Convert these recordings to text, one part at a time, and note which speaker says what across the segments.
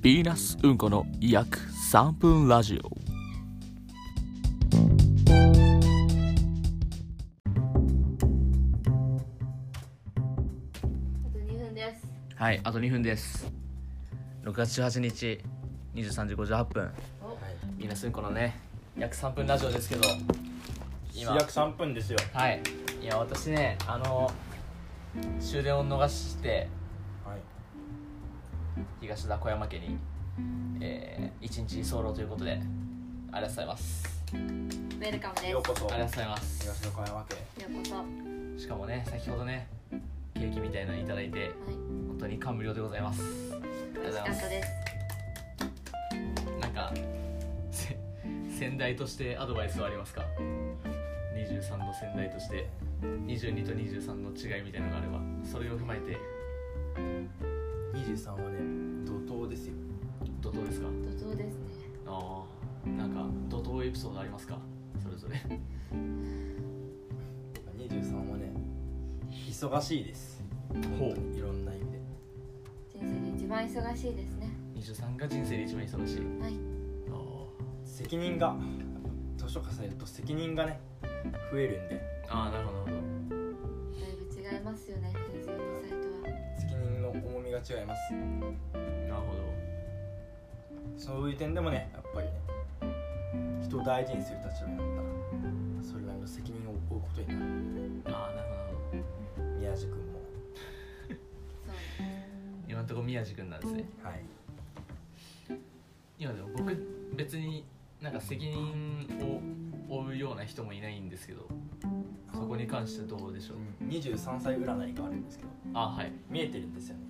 Speaker 1: ヴィーナスうんこの約3分ラジオ
Speaker 2: あと2分です
Speaker 3: はい、あと2分です。6月18日、23時58分。
Speaker 1: ヴィーナスうんこのね約3分ラジオですけど今
Speaker 4: 約3分ですよ
Speaker 1: はいいや私ねあの終電を逃して
Speaker 4: はい
Speaker 1: 東田小山家に、えー、一日居候ということでありがとうございます
Speaker 2: ウェルカムです
Speaker 4: よ
Speaker 2: よ
Speaker 4: うこそ
Speaker 1: ありがとうございます
Speaker 4: 東横山家
Speaker 2: うこそは
Speaker 1: しかもね先ほどねケーキみたいなのいただいて本当に感無量でございますありがとうご
Speaker 2: い
Speaker 1: ざい
Speaker 2: 楽
Speaker 1: ま
Speaker 2: しかった
Speaker 1: す
Speaker 2: です
Speaker 1: なんかせ先代としてアドバイスはありますか23の先代として22と23の違いみたいなのがあればそれを踏まえて
Speaker 4: 23はね怒涛ですよ
Speaker 1: 怒涛ですか
Speaker 2: 怒涛ですね
Speaker 1: ああなんか怒涛エピソードありますかそれぞれ
Speaker 4: 23はね忙しいです
Speaker 1: ほう
Speaker 4: 本当にいろんな意味で
Speaker 2: 人生で一番忙しいですね
Speaker 1: 23が人生で一番忙しい
Speaker 2: はい
Speaker 1: あー
Speaker 4: 責任が年を重ねると責任がね増えるんで
Speaker 1: あーなるほどなるほ
Speaker 2: だいぶ違いますよね22歳とは
Speaker 4: 責任の重みが違います
Speaker 1: どなるほ
Speaker 4: そういう点でもねやっぱりね人を大事にする立場になったらそれなりの責任を負うことになる
Speaker 1: どああなるほどなるほど
Speaker 4: 宮地君も
Speaker 2: そう
Speaker 1: 今のところ宮地君なんですね
Speaker 4: はい
Speaker 1: 今でも僕別になんか責任を負うような人もいないんですけどそこに関してどうでしょう
Speaker 4: 23歳占いがあるんですけど
Speaker 1: あはい
Speaker 4: 見えてるんですよね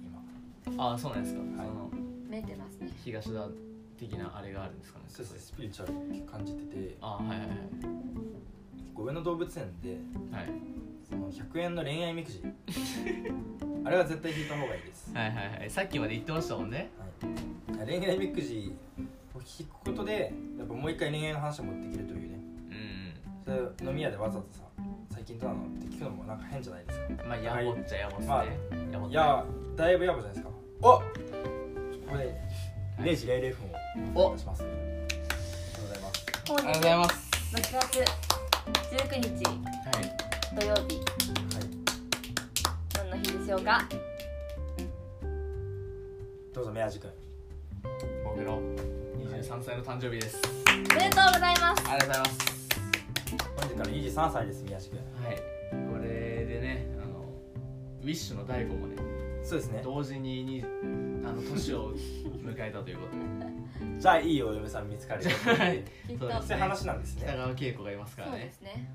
Speaker 4: 今
Speaker 1: あそうなんですか、
Speaker 4: はい
Speaker 1: その
Speaker 2: 見えてますね
Speaker 1: 東田的なあれがあるんですかね
Speaker 4: そうです
Speaker 1: れ
Speaker 4: スピリチュアルに感じてて
Speaker 1: あはいはいはい
Speaker 4: 上野動物園で
Speaker 1: はい
Speaker 4: その100円の恋愛みくじ あれは絶対引いた方がいいです、
Speaker 1: はいはいはいさっきまで言ってましたもんね
Speaker 4: はい、恋愛みくじを引くことでやっぱもう一回恋愛の話を持ってきるというね
Speaker 1: うん
Speaker 4: それ飲み屋でわざとさ最近どうなのって聞くのもなんか変じゃないですか
Speaker 1: まあやぼっちゃやぼっすね、
Speaker 4: まあ
Speaker 1: やぼっ
Speaker 4: い
Speaker 1: ちゃ
Speaker 4: やだいぶやばじゃないですかおここで0時00分を
Speaker 1: お
Speaker 4: 出しますありがとうございます
Speaker 2: 本
Speaker 1: ありがとう
Speaker 2: 日
Speaker 1: ございます
Speaker 2: 6月19日
Speaker 1: はい
Speaker 2: 土曜日
Speaker 4: はい
Speaker 2: 何の日でしょうか
Speaker 4: どうぞ宮地君
Speaker 1: 僕の23歳の誕生日です、
Speaker 2: おめでとうございま
Speaker 1: あ
Speaker 2: す
Speaker 1: りがとうございます
Speaker 4: 本日から23歳です宮地君
Speaker 1: はいこれでねあのウィッシュの大悟もね
Speaker 4: そうですね
Speaker 1: 同時ににあの年を迎えたということで
Speaker 4: じゃあいいお嫁さん見つ かるよ
Speaker 1: はい
Speaker 2: きっ
Speaker 1: そ
Speaker 2: と
Speaker 1: うです
Speaker 4: そういう話なんです
Speaker 1: 北
Speaker 4: ね
Speaker 1: 川景子がいますから
Speaker 2: そうで
Speaker 1: ね
Speaker 2: すね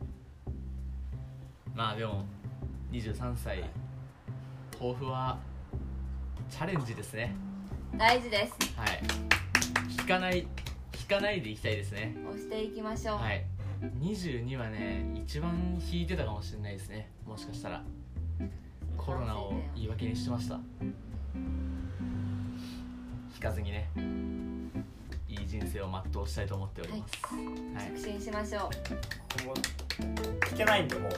Speaker 1: まあでも23歳抱負はチャレンジですね
Speaker 2: 大事です
Speaker 1: はい引かない引かないでいきたいですね
Speaker 2: 押していきましょう
Speaker 1: はい22はね一番引いてたかもしれないですねもしかしたらコロナを言い訳にしてました引かずにねいい人生を全うしたいと思っております、はい
Speaker 2: 促進しましょう
Speaker 4: もういけないんでも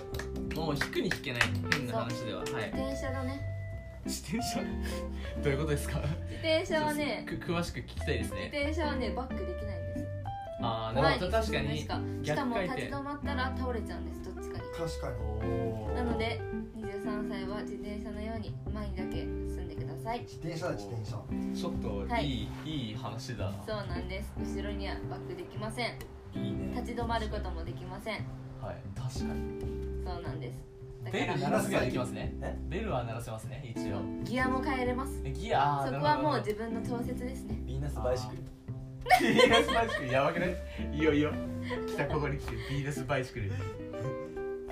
Speaker 4: う
Speaker 1: もう引くに引けない変な話でははい
Speaker 2: 自転車だね
Speaker 1: 自転車 どういうことですか
Speaker 2: 自転車はね
Speaker 1: く詳しく聞きたいです
Speaker 2: 自
Speaker 1: ね
Speaker 2: 転車はねバックできないんです
Speaker 1: ああ
Speaker 2: 前
Speaker 1: な
Speaker 2: に
Speaker 1: るほど確か
Speaker 2: 進む
Speaker 1: に
Speaker 2: しかしか
Speaker 1: 逆
Speaker 2: も
Speaker 1: 回
Speaker 2: 立ち
Speaker 1: 転
Speaker 2: 止まったら倒れちゃうんですどっちかに
Speaker 4: 確かに
Speaker 1: おー
Speaker 2: なので23歳は自転車のように前にだけ進んでください
Speaker 4: 自転車だ
Speaker 1: 自
Speaker 4: 転車
Speaker 1: ちょっといい、
Speaker 2: はい
Speaker 1: い、い話だな
Speaker 2: そうなんです後ろにはバックできません
Speaker 4: いいね
Speaker 2: 立ち止まることもできません
Speaker 1: はい確かに
Speaker 2: そうなんですだか
Speaker 1: ベル鳴
Speaker 2: ら
Speaker 1: らすができますね
Speaker 4: え
Speaker 1: ベルは鳴らせますね一応
Speaker 2: ギアも変えれます
Speaker 1: えギアあー
Speaker 2: そ
Speaker 1: なる
Speaker 2: こは
Speaker 1: ほど
Speaker 2: もう自分の調節ですね
Speaker 4: ビーナスバイシクル
Speaker 1: ビーナスバイシクルやばくないいいよいいよ北ここに来てビーナスバイシクル
Speaker 4: で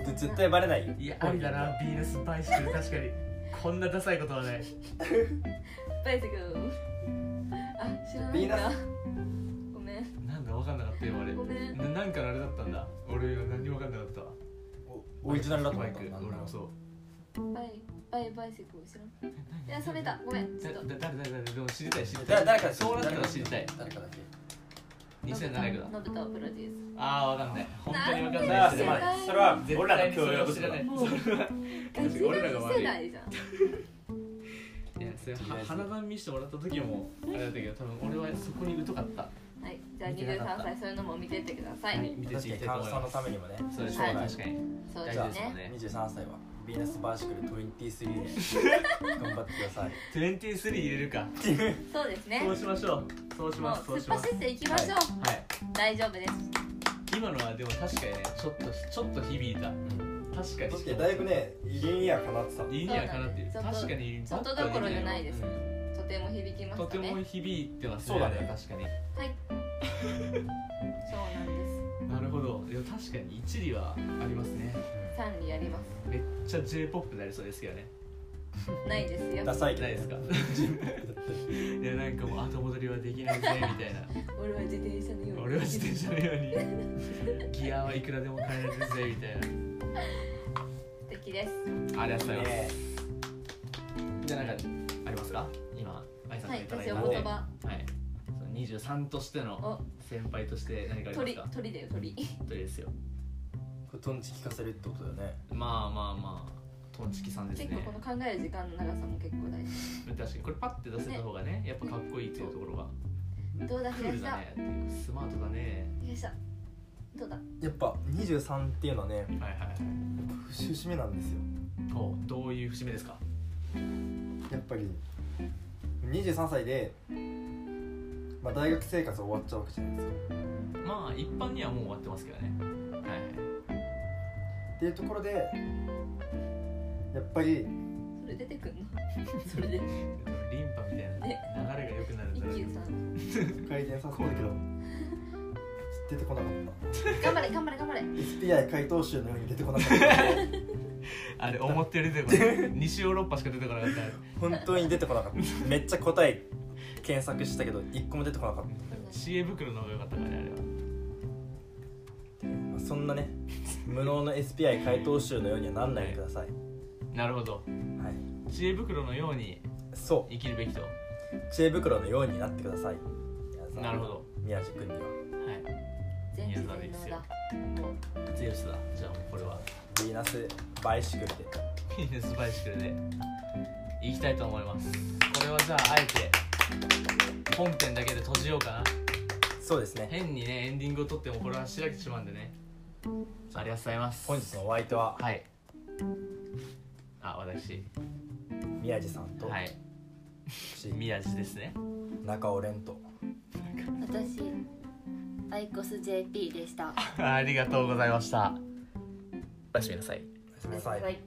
Speaker 4: 絶対バレないよ
Speaker 1: いやありだなビーナスバイシクル確かにこんなダサいことはない
Speaker 2: バイセクルあ知らな
Speaker 4: ビ
Speaker 2: い
Speaker 4: ーナ
Speaker 2: かごめん
Speaker 1: なんだ分かんなかったよ俺
Speaker 2: ごめん
Speaker 1: ななんかのあれだったんだ俺今何にも分かんなかったわ
Speaker 4: オリジナルだと
Speaker 1: バ
Speaker 4: 思
Speaker 1: イク
Speaker 4: った
Speaker 1: 俺もそう
Speaker 2: バイバイバイセクル知らんいやそれだごめんちょ
Speaker 1: だ
Speaker 2: っと
Speaker 1: だ誰誰誰でも知りたい知りた
Speaker 4: だ
Speaker 1: い
Speaker 4: 誰か
Speaker 1: そうなったら知りたい
Speaker 4: 誰かだけ
Speaker 1: 2007区だ
Speaker 2: ノブタをプロデュース
Speaker 1: ああ分かんない本当に分かん
Speaker 4: そ
Speaker 2: それ
Speaker 4: れ
Speaker 1: な
Speaker 2: はい
Speaker 4: は
Speaker 1: い
Speaker 2: すま
Speaker 4: ま
Speaker 2: な
Speaker 4: ないい
Speaker 2: それ
Speaker 4: それ
Speaker 2: は
Speaker 1: 絶対にそれを
Speaker 4: は俺らの協力
Speaker 1: 知らない
Speaker 2: もう
Speaker 1: それは
Speaker 2: ガチ
Speaker 1: 俺らが
Speaker 2: ガ
Speaker 1: 悪
Speaker 2: チ
Speaker 1: い
Speaker 2: 世代じゃん
Speaker 1: いやそれ
Speaker 4: とりあえ
Speaker 1: は
Speaker 4: ず
Speaker 1: 花壇見してもらった時もあれだったけど多分俺はそこに疎かった
Speaker 2: はい、じゃあ
Speaker 4: 見てなかっ
Speaker 2: 23
Speaker 4: た
Speaker 2: 歳そういうのも見てってください、
Speaker 1: はい見ていき
Speaker 4: 確
Speaker 1: た
Speaker 4: か
Speaker 1: いと思いま
Speaker 4: にカウ
Speaker 1: す
Speaker 4: さんのためにもね
Speaker 1: そうです
Speaker 2: は
Speaker 1: ね
Speaker 2: い
Speaker 1: 確かに
Speaker 2: そうで
Speaker 1: 大事
Speaker 2: すね
Speaker 1: ですもんね
Speaker 4: 23歳はヴィーナスバーシクル23で 頑張ってください
Speaker 1: 23入れるか
Speaker 2: そうですね
Speaker 1: そうしましょうそうし
Speaker 2: もう
Speaker 1: ますそうし
Speaker 2: 突っ
Speaker 1: ます
Speaker 2: 走っていきましょう、
Speaker 1: はい
Speaker 2: 大丈夫です
Speaker 1: 今のはでも確かにねちょっとちょっと響いた確かに
Speaker 4: 確かに大学ね理にはかなってた
Speaker 1: 理にはかなってる
Speaker 2: そうなんです
Speaker 1: 確かに
Speaker 2: ちょっとどころじゃないです、
Speaker 4: うん
Speaker 2: とても響きま
Speaker 1: と
Speaker 2: した
Speaker 1: ても
Speaker 2: ね
Speaker 1: 響いてます
Speaker 4: そうだね
Speaker 1: 確かに
Speaker 2: はいそうなんです
Speaker 1: なるほどいや確かに一理はありますね
Speaker 2: 三理あります
Speaker 1: めっちゃ J−POP になりそうですけどね
Speaker 2: ないですよ
Speaker 4: ダサいけど
Speaker 1: ないですかいやなんかもう後戻りはできないぜみたい な
Speaker 2: 俺は自転車のように
Speaker 1: 俺は自転車のよう にギアはいくらでも変えられるぜみたい
Speaker 2: 素敵です
Speaker 1: なありがとうございます、
Speaker 4: ね
Speaker 1: じゃあなんかありますか今愛さんか
Speaker 2: は
Speaker 1: ら
Speaker 2: い
Speaker 1: いただい
Speaker 2: 私
Speaker 1: た
Speaker 2: は
Speaker 1: ので、はい
Speaker 2: 言葉
Speaker 1: その23としての
Speaker 2: お
Speaker 1: 先輩として何かあります
Speaker 2: 鳥
Speaker 1: か
Speaker 2: 鳥だよ鳥
Speaker 1: 鳥ですよ
Speaker 4: これトンチ聞かせるってことだよね
Speaker 1: まあまあまあトンチキさんです
Speaker 2: 結
Speaker 1: ね
Speaker 2: 構この考える時間の長さも結構大事
Speaker 1: 確かにこれパッて出せた方がねやっぱかっこいいというところが
Speaker 2: どうだ
Speaker 1: クー
Speaker 2: 平井
Speaker 1: ル
Speaker 2: さ
Speaker 1: だ
Speaker 2: ん
Speaker 1: ねっていうスマートだね
Speaker 2: 平井さんどうだ
Speaker 4: やっぱ23っていうのはね
Speaker 1: はいはいはい
Speaker 4: 節目なんですよ
Speaker 1: おどういう節目ですか
Speaker 4: やっぱり23歳で、まあ、大学生活終わっちゃうわけじゃないですか
Speaker 1: まあ一般にはもう終わってますけどねはい
Speaker 4: っていうところでやっぱり
Speaker 2: それ出てくんの それで
Speaker 1: リンパみた
Speaker 2: ね
Speaker 1: いな流れが良くなるん
Speaker 2: 一
Speaker 1: だろうけ
Speaker 2: 休
Speaker 1: ど
Speaker 2: さん
Speaker 4: 回転させたけど出てこなかっ
Speaker 2: 頑張れ頑張れ頑張れ
Speaker 4: た SPI 回答集のように出てこなかった
Speaker 1: あれ思ってるでこれ西ヨーロッパしか出てこなかった
Speaker 4: 本当に出てこなかっためっちゃ答え検索したけど一個も出てこなかった
Speaker 1: 知恵袋の方が良かったからねあれは
Speaker 4: まあそんなね無能の SPI 回答集のようにはなんないでください、
Speaker 1: なるほど
Speaker 4: はい、
Speaker 1: 知恵袋のように
Speaker 4: そ
Speaker 1: 生きるべきと
Speaker 4: う知恵袋のようになってください皆さん
Speaker 1: なるほど
Speaker 4: 宮地君には
Speaker 1: は
Speaker 2: 全知
Speaker 1: いや
Speaker 2: 全
Speaker 1: そうです
Speaker 2: 能
Speaker 1: よ
Speaker 2: だ
Speaker 1: いゼウスだじゃあもうこれは
Speaker 4: ヴィーナスバイシクルで
Speaker 1: ビーネスバイシクルで行きたいと思いますこれはじゃああえて本編だけで閉じようかな
Speaker 4: そうですね
Speaker 1: 変にねエンディングを撮ってもこれはしらけてしまうんでねありがとうございます
Speaker 4: 本日のお相手は
Speaker 1: はいあ私
Speaker 4: 宮地さんと、
Speaker 1: はい
Speaker 4: 私
Speaker 1: 宮地です ね
Speaker 4: 中尾蓮と
Speaker 2: 私アイコス JP でした
Speaker 1: ありがとうございましたおやすみなさい
Speaker 4: おやすみなさい
Speaker 2: はい